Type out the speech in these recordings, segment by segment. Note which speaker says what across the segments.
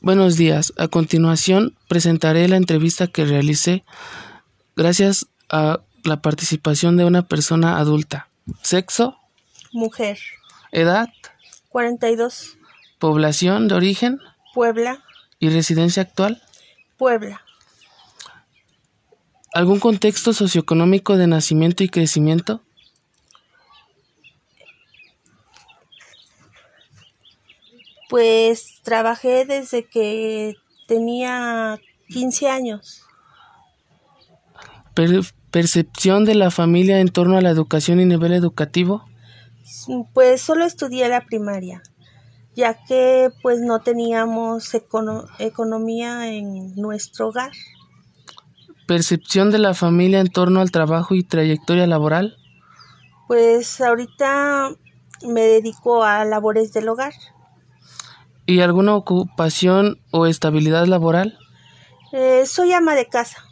Speaker 1: Buenos días. A continuación presentaré la entrevista que realicé gracias a la participación de una persona adulta. Sexo,
Speaker 2: Mujer.
Speaker 1: edad,
Speaker 2: 42.
Speaker 1: población de origen
Speaker 2: Puebla.
Speaker 1: y residencia actual,
Speaker 2: Puebla.
Speaker 1: algún contexto socioeconómico de nacimiento y crecimiento,
Speaker 2: Pues trabajé desde que tenía 15 años.
Speaker 1: per- percepción de la familia en torno a la educación y nivel educativo,
Speaker 2: Pues solo estudié la primaria, ya que pues no teníamos econo- economía en nuestro hogar.
Speaker 1: percepción de la familia en torno al trabajo y trayectoria laboral,
Speaker 2: Pues ahorita me dedico a labores del hogar.
Speaker 1: y alguna ocupación o estabilidad laboral,
Speaker 2: Eh, soy ama de casa.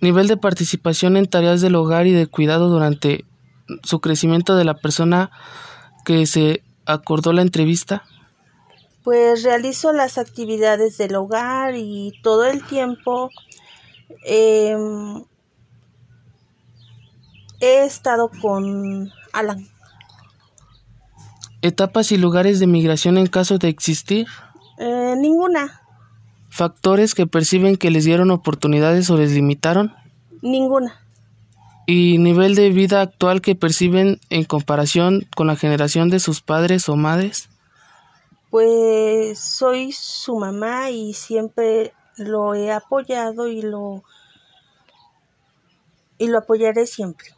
Speaker 1: nivel de participación en tareas del hogar y de cuidado durante su crecimiento de la persona que se acordó la entrevista,
Speaker 2: Pues realizo las actividades del hogar y todo el tiempo em, he estado con Alan.
Speaker 1: etapas y lugares de migración en caso de existir,
Speaker 2: Eh, ninguna,
Speaker 1: factores que perciben que les dieron oportunidades o les limitaron
Speaker 2: ninguna.
Speaker 1: y nivel de vida actual que perciben en comparación con la generación de sus padres o madres,
Speaker 2: Pues soy su mamá y siempre lo he apoyado y lo y lo apoyaré siempre.